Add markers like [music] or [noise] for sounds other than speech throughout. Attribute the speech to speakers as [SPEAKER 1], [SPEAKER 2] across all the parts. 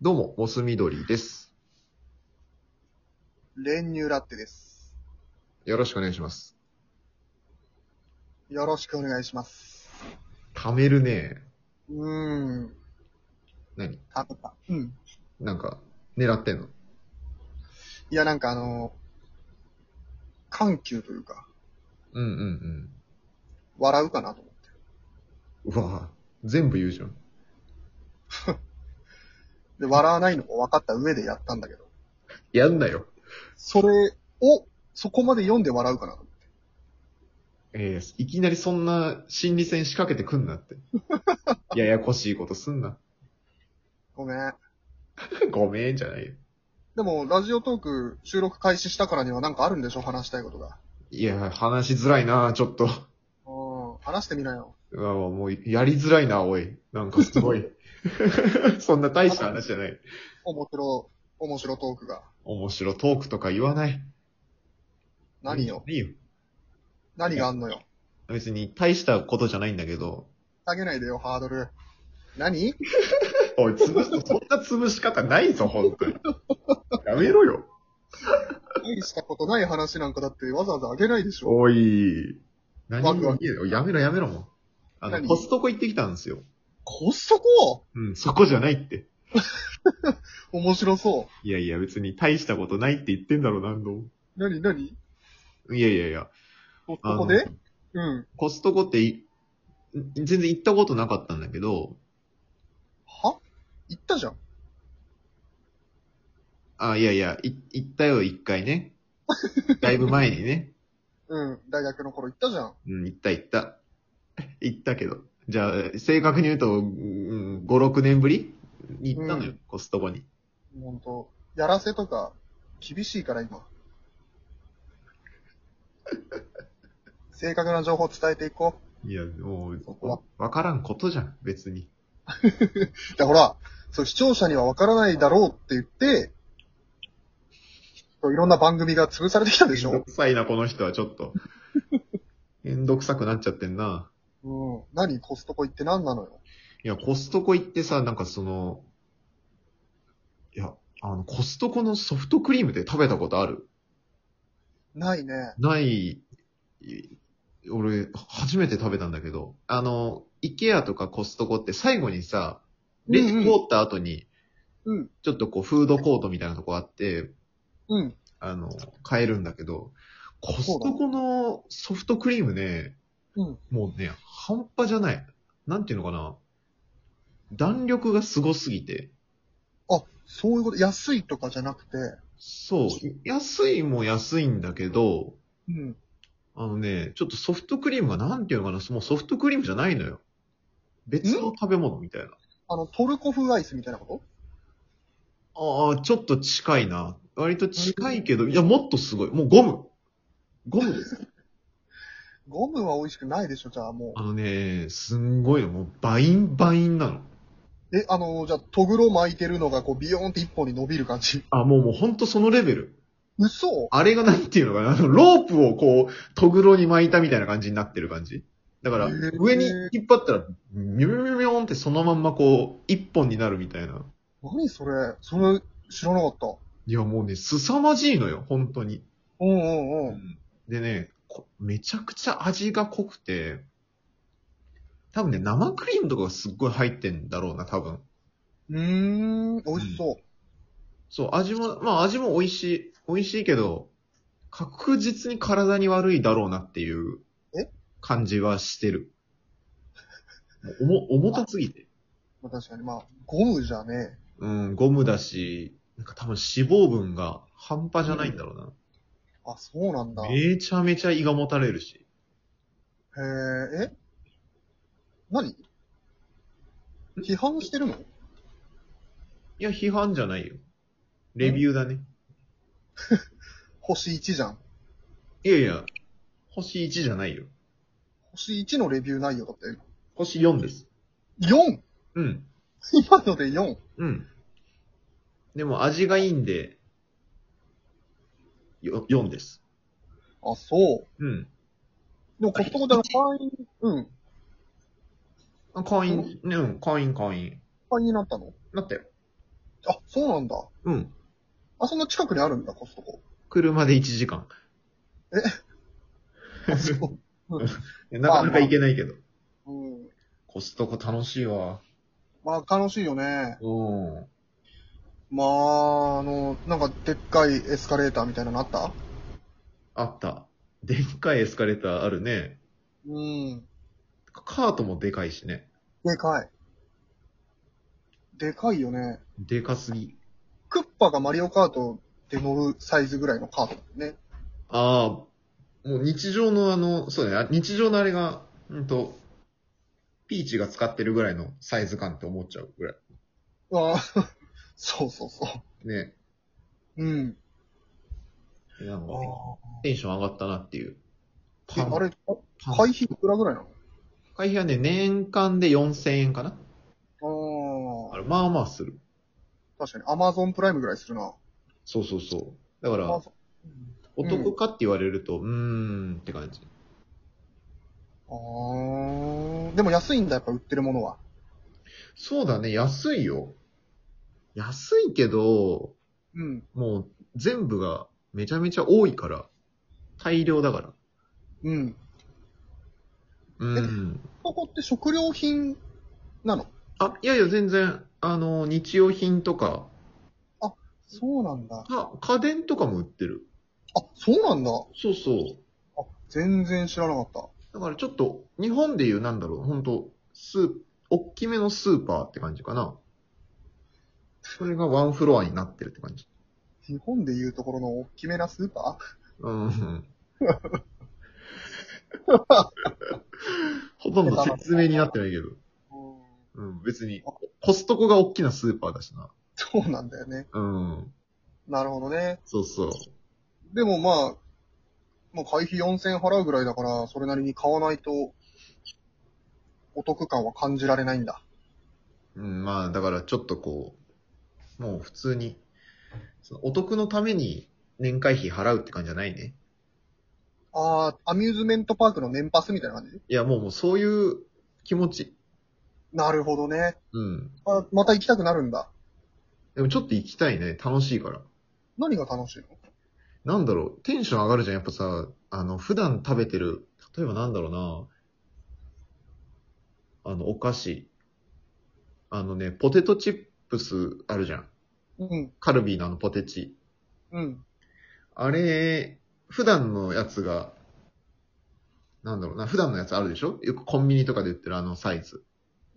[SPEAKER 1] どうも、モスミドリです。
[SPEAKER 2] 練乳ラッテです。
[SPEAKER 1] よろしくお願いします。
[SPEAKER 2] よろしくお願いします。
[SPEAKER 1] 貯めるね。
[SPEAKER 2] うーん。
[SPEAKER 1] 何
[SPEAKER 2] 食べた。うん。
[SPEAKER 1] なんか、狙ってんの
[SPEAKER 2] いや、なんかあのー緩急というか、
[SPEAKER 1] うんうん
[SPEAKER 2] 笑うかなと思って。
[SPEAKER 1] うん。うわぁ、全部言うじゃん。
[SPEAKER 2] で、笑わないのも分かった上でやったんだけど、
[SPEAKER 1] やんなよ。
[SPEAKER 2] それを、そこまで読んで笑うかなと思って。
[SPEAKER 1] えー、いきなりそんな心理戦仕掛けてくんなって。 [laughs] ややこしいことすんな。
[SPEAKER 2] ごめん。
[SPEAKER 1] ごめんじゃないよ。
[SPEAKER 2] でも、ラジオトーク収録開始したからにはなんかあるんでしょ話したいことが。
[SPEAKER 1] いや、話しづらいなちょっと。
[SPEAKER 2] うん。話してみなよ。
[SPEAKER 1] うわもう、やりづらいなおい。なんかすごい。 [laughs] そんな大した話じゃない。
[SPEAKER 2] 面白、面白トークが。
[SPEAKER 1] 面白トークとか言わない。
[SPEAKER 2] 何よ。
[SPEAKER 1] いいよ。
[SPEAKER 2] 何があんのよ。
[SPEAKER 1] 別に大したことじゃないんだけど、
[SPEAKER 2] 下げないでよ、ハードル。何
[SPEAKER 1] おい、潰す、そんな潰し方ないぞ、本当に。やめろよ。
[SPEAKER 2] 大したことない話なんかだってわざわざあげないでしょ
[SPEAKER 1] おい。何
[SPEAKER 2] ワクワク
[SPEAKER 1] やめろ、やめろ、もう。あの、
[SPEAKER 2] 何
[SPEAKER 1] コストコ行ってきたんですよ。
[SPEAKER 2] コストコ
[SPEAKER 1] うん、そこじゃないって。
[SPEAKER 2] 面白そ
[SPEAKER 1] いやいや、別に大したことないって言ってんだろ、何度も。
[SPEAKER 2] う。なになに
[SPEAKER 1] いやいやいや。
[SPEAKER 2] コス
[SPEAKER 1] あ
[SPEAKER 2] ト
[SPEAKER 1] の
[SPEAKER 2] コでうん。
[SPEAKER 1] コストコってい、ん全然行ったことなかったんだけど、
[SPEAKER 2] は行ったじゃん。
[SPEAKER 1] あ、いやいや、い行ったよ、一回ね。だいぶ前にね。
[SPEAKER 2] うん。大学の頃行ったじゃん。
[SPEAKER 1] うん、行った行った。 [laughs] 行ったけど。じゃあ、正確に言うと、うん、5、6年ぶりに行ったのよ、
[SPEAKER 2] う
[SPEAKER 1] コストコに。
[SPEAKER 2] ほんと。やらせとか、厳しいから今。 [laughs] 正確な情報伝えていこ
[SPEAKER 1] いや、もう
[SPEAKER 2] こは、
[SPEAKER 1] わからんことじゃん、別に。
[SPEAKER 2] う。だから、そう、視聴者にはわからないだろうって言って、そういろんな番組が潰されてきたで
[SPEAKER 1] めん
[SPEAKER 2] し
[SPEAKER 1] ど
[SPEAKER 2] ょ
[SPEAKER 1] くさいな、この人は、ちょっと。 [laughs] めんどくさくなっちゃってんな。
[SPEAKER 2] うん。何コストコ行って何なのよ。
[SPEAKER 1] いや、コストコ行ってさ、なんかその、いや、あの、コストコのソフトクリームで食べたことある
[SPEAKER 2] ないね。
[SPEAKER 1] ない、い俺、初めて食べたんだけど、あの、イケアとかコストコって最後にさ、レジ
[SPEAKER 2] うん
[SPEAKER 1] 通った後に、
[SPEAKER 2] うん。
[SPEAKER 1] ちょっとこう、フードコートみたいなとこあって、
[SPEAKER 2] うん。
[SPEAKER 1] あの、買えるんだけど、コストコのソフトクリームね、
[SPEAKER 2] うん。
[SPEAKER 1] もうね、半端じゃない。なんていうのかな。弾力がすごすぎて。
[SPEAKER 2] あ、そういうこと。安いとかじゃなくて、
[SPEAKER 1] そう。安いも安いんだけど、
[SPEAKER 2] うん。
[SPEAKER 1] あのね、ちょっとソフトクリームがなんていうのかな、もうソフトクリームじゃないのよ。別の食べ物みたいな。
[SPEAKER 2] あの、トルコ風アイスみたいなこと
[SPEAKER 1] ああ、ちょっと近いな。割と近いけど、いや、もっとすごい。もうゴム。ゴムです。 [laughs]
[SPEAKER 2] ゴムは美味しくないでしょ、じゃあも
[SPEAKER 1] あのね、すんごいの。もう、バインバインなの。
[SPEAKER 2] う。え、あの、じゃあ、トグロ巻いてるのがこう、ビヨーンって一本に伸びる感じ。 [laughs]
[SPEAKER 1] あ、もうもうほんとそのレベル。
[SPEAKER 2] 嘘
[SPEAKER 1] あれがなんていうのかな、あのロープをこう、トグロに巻いたみたいな感じになってる感じ。だから
[SPEAKER 2] へー、
[SPEAKER 1] 上に引っ張ったら、ミュミュミョンってそのまんまこう、一本になるみたいな。
[SPEAKER 2] 何それそれ、知らなかった。
[SPEAKER 1] いや、もうね、凄まじいのよ、本当に。
[SPEAKER 2] うんうんうん。
[SPEAKER 1] でね、こめちゃくちゃ味が濃くて、多分ね、生クリームとかがすっごい入ってんだろうな、多分。
[SPEAKER 2] うーん、美味しそう。
[SPEAKER 1] そう、味も、まあ味も美味しい、美味しいけど、確実に体に悪いだろうなっていう
[SPEAKER 2] え
[SPEAKER 1] 感じはしてる。もう重、重たすぎて。
[SPEAKER 2] まあ、確かに、まあ、ゴムじゃねえ。
[SPEAKER 1] うん、ゴムだし、なんか多分脂肪分が半端じゃないんだろう
[SPEAKER 2] あ、そうなんだ。
[SPEAKER 1] な。
[SPEAKER 2] へえ
[SPEAKER 1] めちゃめちゃ胃がもたれるし。、
[SPEAKER 2] え何批判してるの
[SPEAKER 1] いや、批判じゃないよ。レビューだね。
[SPEAKER 2] 星1じゃん。
[SPEAKER 1] いやいや、星1じゃないよ。
[SPEAKER 2] 星1のレビュー内容だって。
[SPEAKER 1] 星4です。
[SPEAKER 2] 4!
[SPEAKER 1] うん。
[SPEAKER 2] 今ので 4!
[SPEAKER 1] うん。でも味がいいんで、よ4です。
[SPEAKER 2] あ、そう。
[SPEAKER 1] うん。
[SPEAKER 2] でもコストコであの会員、うん、
[SPEAKER 1] あ会員、うん、会員、会員。
[SPEAKER 2] 会員になったの
[SPEAKER 1] なったよ。
[SPEAKER 2] あ、そうなんだ。
[SPEAKER 1] うん。
[SPEAKER 2] あ、そんな近くにあるんだ、コストコ。
[SPEAKER 1] 車で1時間。 [laughs]
[SPEAKER 2] あ [laughs] そう
[SPEAKER 1] いやなかなか行けないけど。
[SPEAKER 2] うん。
[SPEAKER 1] コストコ楽しいわ。
[SPEAKER 2] まあ、楽しいよね。
[SPEAKER 1] うん。
[SPEAKER 2] まあ、あの、なんか、でっかいエスカレーターみたいなのあった
[SPEAKER 1] あった。でっかいエスカレーターあるね。
[SPEAKER 2] うん。
[SPEAKER 1] カートもでかいしね。
[SPEAKER 2] でかい。でかいよね。
[SPEAKER 1] でかすぎ。
[SPEAKER 2] クッパがマリオカートで乗るサイズぐらいのカートだもんね。
[SPEAKER 1] ああ、もう日常のあの、そうだね、日常のあれが、うんと、ピーチが使ってるぐらいのサイズ感って思っちゃうぐらい。
[SPEAKER 2] ああ、 [laughs] そうそうそ
[SPEAKER 1] ね。
[SPEAKER 2] う。うん。
[SPEAKER 1] な
[SPEAKER 2] あ
[SPEAKER 1] ので、テンション上がったなっていう。
[SPEAKER 2] え
[SPEAKER 1] パン
[SPEAKER 2] あれ、あ
[SPEAKER 1] パン
[SPEAKER 2] 会費いくらぐらいな
[SPEAKER 1] 会費はね、年間で4000円かな
[SPEAKER 2] のあ
[SPEAKER 1] あれ、まあまあする。
[SPEAKER 2] あ、確かに。アマゾンプライムぐらいするな。
[SPEAKER 1] そうそうそう。だか
[SPEAKER 2] あ
[SPEAKER 1] ら、
[SPEAKER 2] そ
[SPEAKER 1] お得かって言われると、うーんって感じ。
[SPEAKER 2] あーでも安いんだ、やっぱ売ってるものは。
[SPEAKER 1] そうだね、安いよ。安いけど、
[SPEAKER 2] うん。
[SPEAKER 1] もう全部がめちゃめちゃ多いから、大量だから。
[SPEAKER 2] うん。
[SPEAKER 1] うん。
[SPEAKER 2] ここって食料品なの
[SPEAKER 1] あ、いやいや、全然、あの、日用品とか、
[SPEAKER 2] そうなんだ。
[SPEAKER 1] か家電とかも売ってる。
[SPEAKER 2] あ、そうなんだ。
[SPEAKER 1] そうそう。
[SPEAKER 2] あ、全然知らなかった。
[SPEAKER 1] だからちょっと、日本でいうなんだろう、ほんと、スー、大きめのスーパーって感じかな。それがワンフロアになってるって感じ。
[SPEAKER 2] 日本でいうところの大きめなスーパー
[SPEAKER 1] うん。ほとんど説明になってないけど。うん、別に、コストコが大きなスーパーだしな。
[SPEAKER 2] そうなんだよね。
[SPEAKER 1] うん。
[SPEAKER 2] なるほどね。
[SPEAKER 1] そうそう。
[SPEAKER 2] でもまあ、もう会費4000払うぐらいだから、それなりに買わないと、お得感は感じられないんだ。
[SPEAKER 1] うん、まあ、だからちょっとこう、もう普通に、そのお得のために年会費払うって感じじゃないね。
[SPEAKER 2] ああ、アミューズメントパークの年パスみたいな感じ
[SPEAKER 1] いや、もうもうそういう気持ち。
[SPEAKER 2] なるほどね。
[SPEAKER 1] うん。
[SPEAKER 2] あまた行きたくなるんだ。
[SPEAKER 1] でもちょっと行きたいね。楽しいから。
[SPEAKER 2] 何が楽しいの
[SPEAKER 1] なんだろう、テンション上がるじゃん。やっぱさ、あの、普段食べてる、例えばなんだろうな、あの、お菓子。あのね、ポテトチップスあるじゃん。
[SPEAKER 2] うん、
[SPEAKER 1] カルビーのあのポテチ。
[SPEAKER 2] うん。
[SPEAKER 1] あれ、普段のやつが、なんだろうな、普段のやつあるでしょよくコンビニとかで売ってるあのサイズ。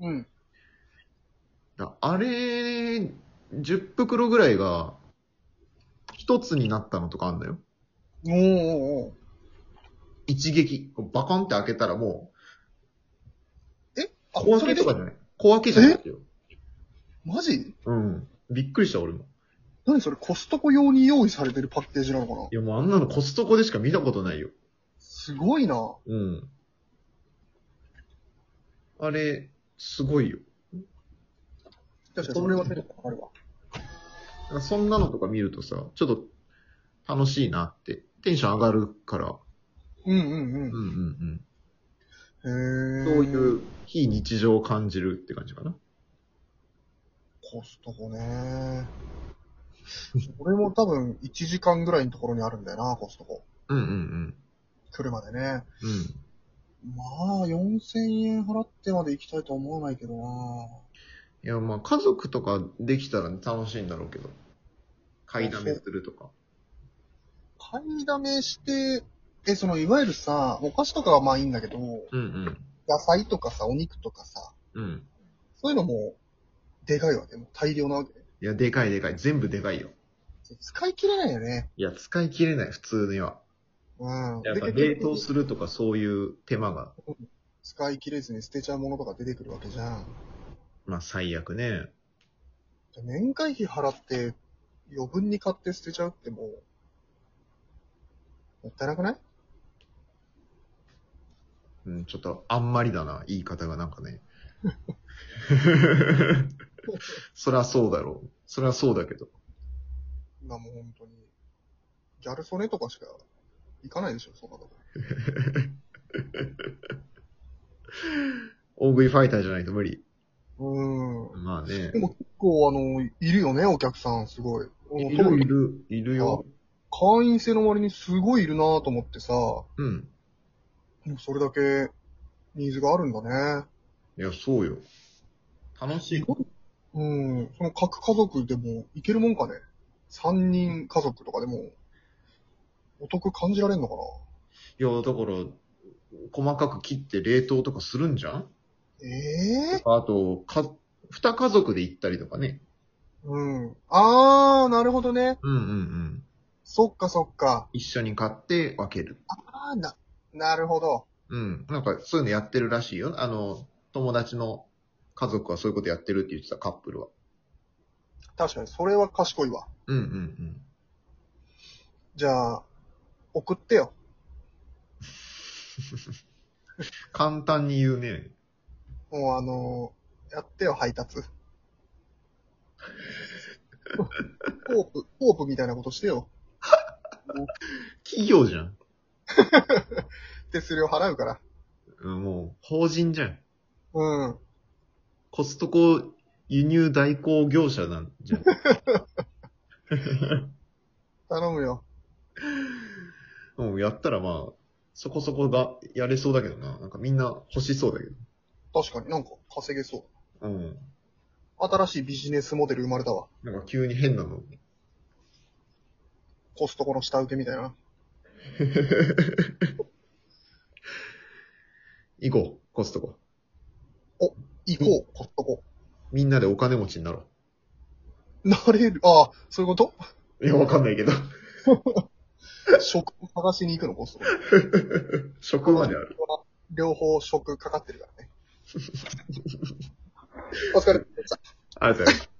[SPEAKER 2] うん。
[SPEAKER 1] だあれ、10袋ぐらいが、一つになったのとかあんだよ。
[SPEAKER 2] おーおーおー
[SPEAKER 1] 一撃。こうバコンって開けたらもう、
[SPEAKER 2] あ、
[SPEAKER 1] 小
[SPEAKER 2] そ
[SPEAKER 1] 開
[SPEAKER 2] れ
[SPEAKER 1] け
[SPEAKER 2] で
[SPEAKER 1] とかじゃない。小開けじゃないよ。
[SPEAKER 2] マジ
[SPEAKER 1] うん。びっくりした俺も。
[SPEAKER 2] 何それコストコ用に用意されてるパッケージなのかない
[SPEAKER 1] やもうあんなのコストコでしか見たことないよ。
[SPEAKER 2] すごいな。
[SPEAKER 1] うん。あれ、すごいよ。
[SPEAKER 2] 確かにそれはテンション上がるわ。
[SPEAKER 1] なんかそんなのとか見るとさ、ちょっと楽しいなって、テンション上がるから、
[SPEAKER 2] うん
[SPEAKER 1] うん
[SPEAKER 2] う
[SPEAKER 1] うん
[SPEAKER 2] んう。
[SPEAKER 1] うん
[SPEAKER 2] へえ。
[SPEAKER 1] ん。そういう非日常を感じるって感じかな。
[SPEAKER 2] コストコね。俺も多分1時間ぐらいのところにあるんだよな、コストコ。
[SPEAKER 1] うんうん
[SPEAKER 2] 車でね。
[SPEAKER 1] うん。うん。
[SPEAKER 2] まあ、4000円払ってまで行きたいとは思わないけどない
[SPEAKER 1] や、まあ家族とかできたら楽しいんだろうけど。買いだめするとか。
[SPEAKER 2] 買いだめして、え、その、いわゆるさ、お菓子とかはまあいいんだけど、
[SPEAKER 1] うん
[SPEAKER 2] 野菜とかさ、お肉とかさ、
[SPEAKER 1] うん。うん。
[SPEAKER 2] そういうのも、でかいわけ。もう大量なわけ。
[SPEAKER 1] いや、でかいでかい。全部でかいよ。
[SPEAKER 2] 使い切れないよね。
[SPEAKER 1] いや、使い切れない、普通には。
[SPEAKER 2] うん。
[SPEAKER 1] やっぱ
[SPEAKER 2] で
[SPEAKER 1] 冷
[SPEAKER 2] 結
[SPEAKER 1] 凍
[SPEAKER 2] 局
[SPEAKER 1] するとかそういう手間が、
[SPEAKER 2] 使い切れずに捨てちゃうものとか出てくるわけじゃん。
[SPEAKER 1] まあ最悪ね。
[SPEAKER 2] 年会費払って、余分に買って捨てちゃうってもう、もったいなくない
[SPEAKER 1] うん、ちょっとあんまりだな、言い方がなんかね。そりゃそうだろう。そりゃそうだけど。
[SPEAKER 2] な、もう本当に。ギャル曽根とかしか行かないでしょ、そんなとこ。
[SPEAKER 1] 大食いファイターじゃないと無理。
[SPEAKER 2] うん。
[SPEAKER 1] まあね
[SPEAKER 2] で。も結構あの、いるよね、お客さん、すごい。
[SPEAKER 1] い
[SPEAKER 2] 特
[SPEAKER 1] る、い
[SPEAKER 2] に
[SPEAKER 1] る、いるよ。
[SPEAKER 2] 会員制の割にすごいいるなと思ってさ、も
[SPEAKER 1] うん。
[SPEAKER 2] うそれだけニーズがあるんだね。
[SPEAKER 1] いや、そうよ。楽しい。
[SPEAKER 2] うん。その各家族でもいけるもんかね。3人家族とかでも、お得感じられんのか
[SPEAKER 1] いや、だから、細かく切って冷凍とかするんじゃん
[SPEAKER 2] なええ
[SPEAKER 1] あと、か、二家族で行ったりとかね。
[SPEAKER 2] うん。あー、なるほどね。
[SPEAKER 1] うんうんうん。
[SPEAKER 2] そっかそっか。
[SPEAKER 1] 一緒に買って分ける。
[SPEAKER 2] あー、な、なるほど。
[SPEAKER 1] うん。なんか、そういうのやってるらしいよ。あの、友達の家族はそういうことやってるって言ってたカップルは。
[SPEAKER 2] 確かに、それは賢いわ。
[SPEAKER 1] うんうんうん。
[SPEAKER 2] じゃあ、送ってよ。
[SPEAKER 1] 簡単に言うね。
[SPEAKER 2] もうあのやってよ、配 [laughs] 達。ホープ、ホープみたいなことしてよ。
[SPEAKER 1] 企業じゃん。
[SPEAKER 2] 手数料払うから。
[SPEAKER 1] うんもう、法人じゃん。
[SPEAKER 2] うん。
[SPEAKER 1] コストコ輸入代行業者なんじ [laughs] ゃん。
[SPEAKER 2] 頼むよ。
[SPEAKER 1] うん、やったらまあ、そこそこがやれそうだけどな。なんかみんな欲しそうだけど。
[SPEAKER 2] 確かになんか稼げそう。
[SPEAKER 1] うん。
[SPEAKER 2] 新しいビジネスモデル生まれたわ。
[SPEAKER 1] なんか急に変な [laughs] の。
[SPEAKER 2] コストコの下請けみたいな。
[SPEAKER 1] 行こう、コストコ。
[SPEAKER 2] 行こう、コストコ。
[SPEAKER 1] みんなでお金持ちになろ
[SPEAKER 2] なれる。ああ、そう [laughs] いうこ
[SPEAKER 1] う。いや、わかん [laughs] ないけど。
[SPEAKER 2] と食を探しに行くの、コストコ。
[SPEAKER 1] 職まである。
[SPEAKER 2] 両方食かかってるからね。お疲れ。
[SPEAKER 1] ありがとうございます。